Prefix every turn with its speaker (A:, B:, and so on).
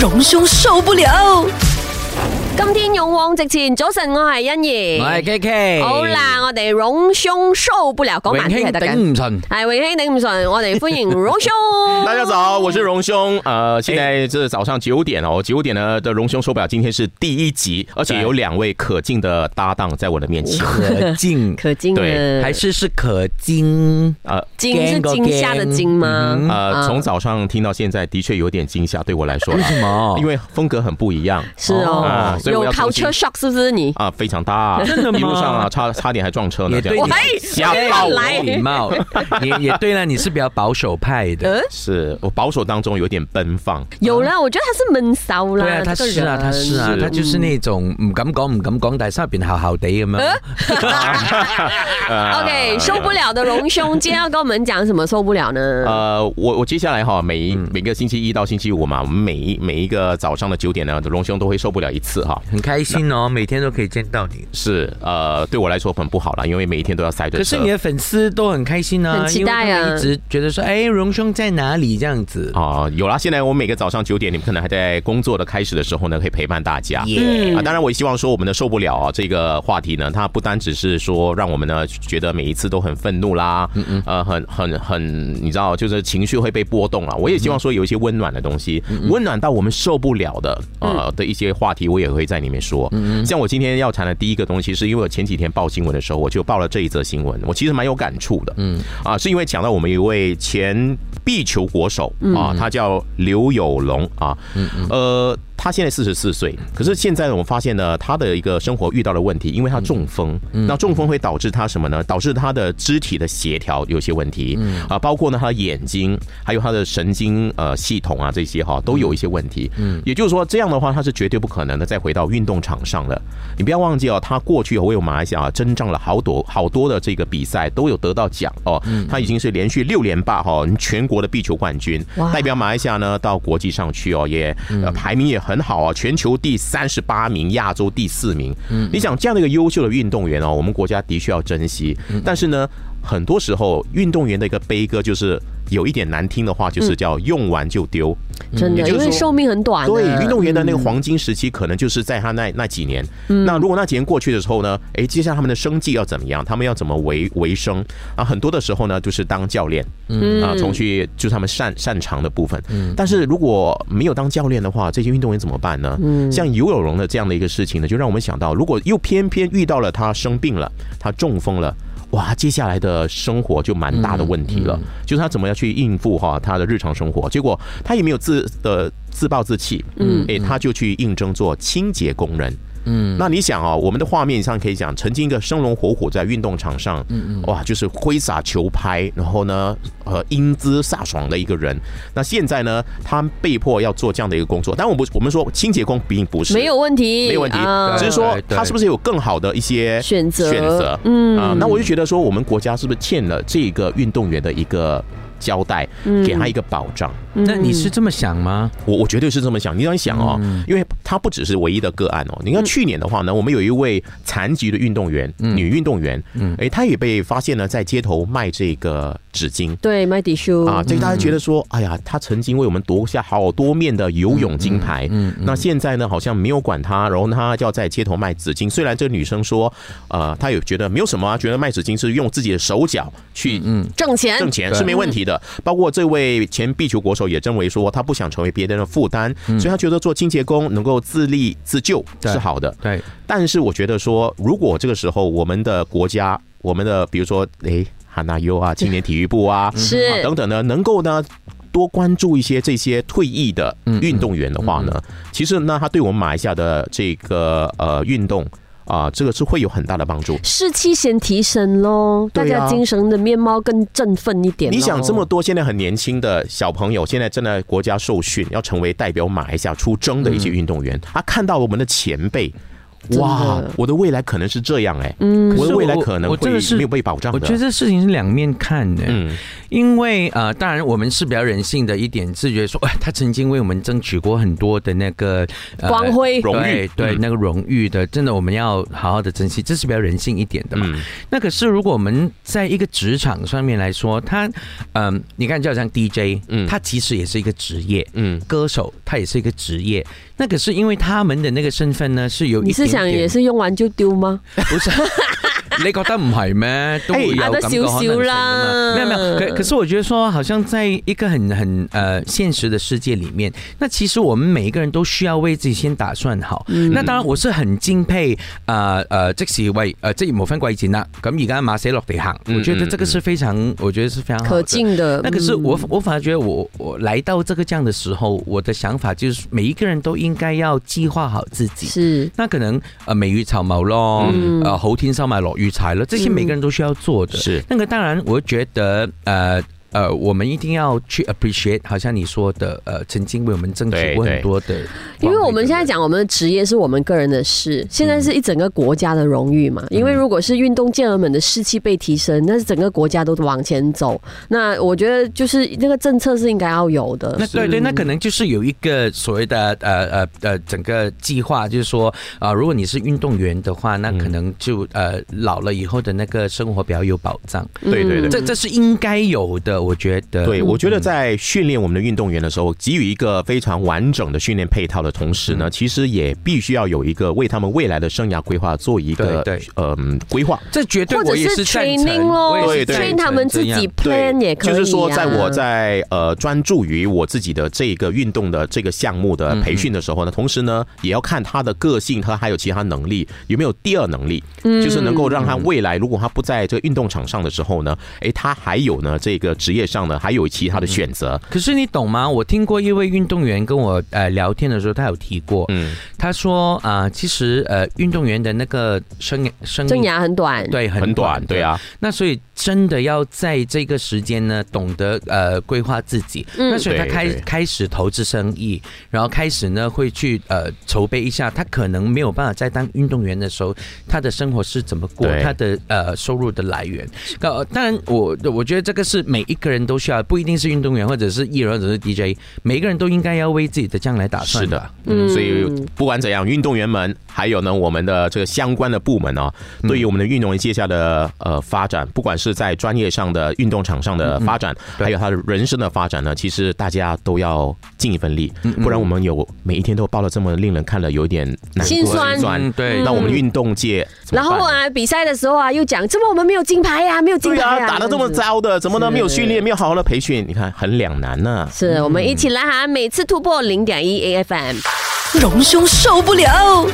A: 隆胸受不了。
B: 今天勇往直前，早晨，我係欣怡。
C: 我系 K K。
B: 好，啦，我哋榮兄 show 不了，講埋
C: 榮
B: 啲係
C: 兄
B: 得嘅。
C: 頂唔 順。
B: 係榮兄頂唔順，我哋歡迎榮兄。
D: 大家早，我是荣兄。呃，
C: 哎
D: 现在这早上九点哦，九点呢的荣兄手表今天是第一集，而且有两位可敬的搭档在我的面 前。
C: 可敬
B: 可敬
D: 對
B: 啊
C: 还，是是可敬？
D: 呃
B: 惊是惊吓的惊吗？
C: 嗯啊
D: 呃，从早上听到现在，的确有点惊吓，对我来 说啦，
C: 什么
D: 因为风格很不一样
B: 是哦
D: 啊，所以我
B: 有
D: 要
B: culture
D: 重新
B: shock 是不是你？
D: 啊，非常大，
C: 真的吗
D: 一路上啊，差差点还撞车呢，
C: 也
D: 这
C: 对
D: 样
C: 你
D: 子
B: 喂
D: 吓
B: 乱
D: 到我。
B: 来
C: 礼貌，也也对 了，你是比较保守派
B: 呃
C: 的。
D: 是我保守当中有点奔放，
B: 有
D: 嗯
B: 啦，我覺得他是闷骚啦。
C: 对啊，他
B: 這個
C: 是啊，
B: 人嗯
C: 他是啊，他就是那种唔敢講唔敢講，但係心入邊姣姣地咁樣。啊
D: 呃
B: OK，受不了的榮兄，今天要跟我们讲什么受不了呢？
D: 呃，我我接下来哈，每一
C: 嗯
D: 每个星期一到星期五嘛，我们每一每一个早上的九点呢，龙兄都会受不了一次哈。
C: 很开心哦，每天都可以见到你。
D: 是呃，对我来说很不好啦，因为每一天都要塞着车。
C: 可是你的粉丝都很开心啊，
B: 很期待啊
C: 因为他们一直觉得说，哎，荣兄在哪里这样子？
D: 啊、有啦！现在我每个早上九点，你们可能还在工作的开始的时候呢，可以陪伴大家。
C: 耶
D: 啊，当然我也希望说我们的受不了啊这个话题呢，它不单只是说让我们呢觉得每一次都很愤怒啦，嗯嗯，呃，很很很，你知道，就是情绪会被波动啊了。我也希望说有一些温暖的东西，温暖到我们受不了的呃的一些话题，我也会在里面说。像我今天要谈的第一个东西，是因为我前几天报新闻的时候，我就报了这一则新闻，我其实蛮有感触的。嗯，啊，是因为讲到我们一位前壁球国手啊，他叫刘有龙啊，呃。他现在四十四岁，可是现在呢，我发现呢，他的一个生活遇到了问题，因为他中风，那中风会导致他什么呢？导致他的肢体的协调有些问题，啊，包括呢他的眼睛，还有他的神经呃系统啊这些哈，都有一些问题。嗯，也就是说这样的话，他是绝对不可能的再回到运动场上了。你不要忘记哦，他过去有为我们马来西亚啊征战了好多好多的这个比赛，都有得到奖哦，他已经是连续六连霸哈、全国的壁球冠军
B: 哇，嗯
D: 代表马来西亚呢到国际上去哦，也、呃、排名也很好哦，全球第三十八名，亚洲第四名。
B: 嗯
D: 你想这样的一个优秀的运动员哦，我们国家的确要珍惜。
B: 嗯
D: 但是呢，很多时候运动员的一个悲歌就是有一点难听的话，就是叫用完就丢。
B: 真的，
D: 嗯也就
B: 因
D: 是
B: 为
D: 说
B: 寿命很嗯短啊。
D: 对，运动员的那个黄金时期，可能就是在他那那几年。
B: 嗯
D: 那如果那几年过去的时候呢，诶，接下来他们的生计要怎么样？他们要怎么维维生？啊，很多的时候呢，就是当教练，啊，从去就是他们擅擅长的部分。但是如果没有当教练的话，这些运动员怎么办呢？像尤有荣的这样的一个事情呢，就让我们想到，如果又偏偏遇到了他生病了，他中风了。哇，接下来的生活就蛮大的问题了，就是他怎么样去应付哈、他的日常生活，结果他也没有自的、自暴自弃，嗯，诶，他就去应征做清洁工人。嗯，那你想哦，我们的画面上可以讲，曾经一个生龙活虎在运动场上，哇，就是挥洒球拍，然后呢，呃，英姿飒爽的一个人。那现在呢，他被迫要做这样的一个工作，但我不，我们说清洁工并不是
B: 没有问题，
D: 没有问题
B: 啊
D: 只是说
C: 对对
D: 他是不是有更好的一些
B: 选择
D: 选择，嗯啊，那我就觉得说，我们国家是不是欠了这个运动员的一个交代，给他一个保障？
C: 那你是这么想吗？
D: 我我绝对是这么想。你要想哦，因为他不只是唯一的个案哦。你看去年的话呢，我们有一位残疾的运动员，女运动员，诶，她也被发现呢在街头卖这个纸巾。
B: 对，麦迪修
D: 啊，这个大家觉得说，哎呀，他曾经为我们夺下好多面的游泳金牌，那现在呢，好像没有管他，然后他要在街头卖纸巾。虽然这个女生说，呃，她也觉得没有什么啊，觉得卖纸巾是用自己的手脚去
B: 挣钱
D: 挣钱是没问题的。包括这位前壁球国手也认为说，他不想成为别人的负担，所以他觉得做清洁工能够自立自救
C: 对
D: 是好的。
C: 对，
D: 但是我觉得说，如果这个时候我们的国家，我们的比如说，诶，哈纳优啊，青年体育部啊，
B: 是
D: 啊等等呢，能够呢。多关注一些这些退役的运动员的话呢，其实呢，他对我们马来西亚的这个呃运动啊、这个是会有很大的帮助。
B: 士气先提升喽，大
D: 对啊
B: 家精神的面貌更振奋一点咯。
C: 哦
D: 你想这么多现在很年轻的小朋友，现在正在国
C: 嗯
D: 家受训，要成为代表马来西亚出征的一些运动员，他看到我们的前辈。哇，我的未来可能是这样哎、嗯，我的未来可能
C: 我
D: 会
C: 真的是
D: 没有被保障
C: 我
D: 的。
C: 觉得这事情是两面看的，
D: 嗯
C: 因为呃，当然我们是比较人性的一点，是觉得说，哎，他曾经为我们争取过很多的那个、呃
B: 光辉
D: 荣誉
C: 对对、
D: 嗯
C: 那个荣誉的，真的我们要好好的珍惜，这是比较人性一点的嘛。
D: 嗯
C: 那可是如果我们在一个职场上面来说，他嗯、你看就好像 DJ，
D: 嗯
C: 他其实也是一个职业。
D: 嗯，
C: 歌手他也是一个职业，那可是因为他们的那个身份呢是有一
B: 你是
C: 点
B: 想
C: 点
B: 也是用完就丢嗎？
C: 不是。你覺得唔係咩？都會有
B: 哎
C: 咁嘅可能性
B: 啊都少少
C: 㗎
B: 啦嗯
C: 嘛？沒有沒有，可可是我覺得說，好像在一個很很呃現實的世界裡面，那其實我們每一個人都需要為自己先打算好。
B: 嗯
C: 那當然我是很敬佩呃呃，即使為呃職業無分貴賤啦，咁而家馬死落地行，
D: 嗯
C: 我覺得這個是非常，我覺得是非常好
B: 嗯
C: 的
B: 可敬的。
C: 啊那可是
B: 嗯
C: 我，我反而觉得我我来到这个这样的时候，我的想法就是每一个人都应该要计划好自己。
B: 是
C: 那可能呃美雨草毛咯，
B: 嗯
C: 呃后天烧麦落雨柴了，这些
B: 嗯
C: 每个人都需要做的。
D: 是
C: 那个当然，我觉得呃。呃，我们一定要去 appreciate，好像你说的，呃，曾经为我们争取过
D: 对对
C: 很多的，
B: 因为我们现在，讲我们的职业是我们个人的事，现在是一整个国家的荣誉嘛。因为如果是运动健儿们的士气被提升，那是整个国家都往前走。那我觉得就是那个政策是应该要有的。
C: 那对对，那可能就是有一个所谓的呃呃呃整个计划，就是说啊、呃如果你是运动员的话，那可能就呃老了以后的那个生活比较有保障，
D: 对对对
C: 嗯这嗯这是应该有的，我觉得。
D: 对，我觉得在训练我们的运动员的时候，给予一个非常完整的训练配套的同时
C: 嗯
D: 呢，其实也必须要有一个为他们未来的生涯规划做一个
C: 对对
D: 嗯规划。
C: 这绝对
B: 或
C: 我
B: 者
C: 也
B: 是
C: 赞成
B: training 咯
C: 我也是赞成
B: ，train 他们自
C: 这样
B: 己 plan 也可以、啊。
D: 就是说，在我在呃专注于我自己的这个运动的这个项
B: 嗯
D: 目的培训的时候呢，同时呢，也要看他的个性，他还有其他能力有没有第二能力，
B: 嗯
D: 就是能够让他未来如果他不在这个运动场上的时候呢，诶，他还有呢这个职业上呢还有其
B: 嗯
D: 他的选择，
C: 可是你懂吗？我听过一位运动员跟我呃聊天的时候，他有提过，
D: 嗯，
C: 他说啊、呃其实呃运动员的那个生生
B: 生
C: 命
B: 涯很短，
C: 对
D: 很
C: 很
D: 短，
C: 的
D: 对。啊，
C: 那所以真的要在这个时间呢，懂得呃规划自己。
B: 嗯
C: 那所以他
D: 对
C: 开
D: 对
C: 开始投资生意，然后开始呢会去呃筹备一下，他可能没有办法在当运动员的时候，他的生活是怎么过，
D: 对
C: 他的呃收入的来源。呃，当然我我觉得这个是每一个人都需要，不一定是运动员或者是艺人或者是 DJ，每一个人都应该要为自己的将来打算。
D: 是的，，
B: 嗯
D: 嗯所以不管怎样，运动员们还有呢，我们的这个相关的部门哦，
B: 嗯
D: 对于我们的运动员接下来的呃发展，不管是在专业上的运动场上的
B: 嗯
D: 发展，
C: 对
D: 还有他的人生的发展呢，其实大家都要尽一份力，
B: 嗯
D: 不然我们有每一天都报了这么令人看了有一点难过
B: 心酸
C: 嗯对
D: 那我们运动界怎么
B: 然
D: 办
B: 后啊，比赛的时候啊，又讲怎么我们没有金牌呀、没有金
D: 对
B: 牌
D: 啊，
B: 呀、
D: 打得这么
B: 样子。
D: 糟的，怎么呢？
B: 是
D: 没有训练，没有好好的培训，你看很两难呢、
B: 是我们一起来哈，每次突破零点一 AFM。
A: 隆兄受不了。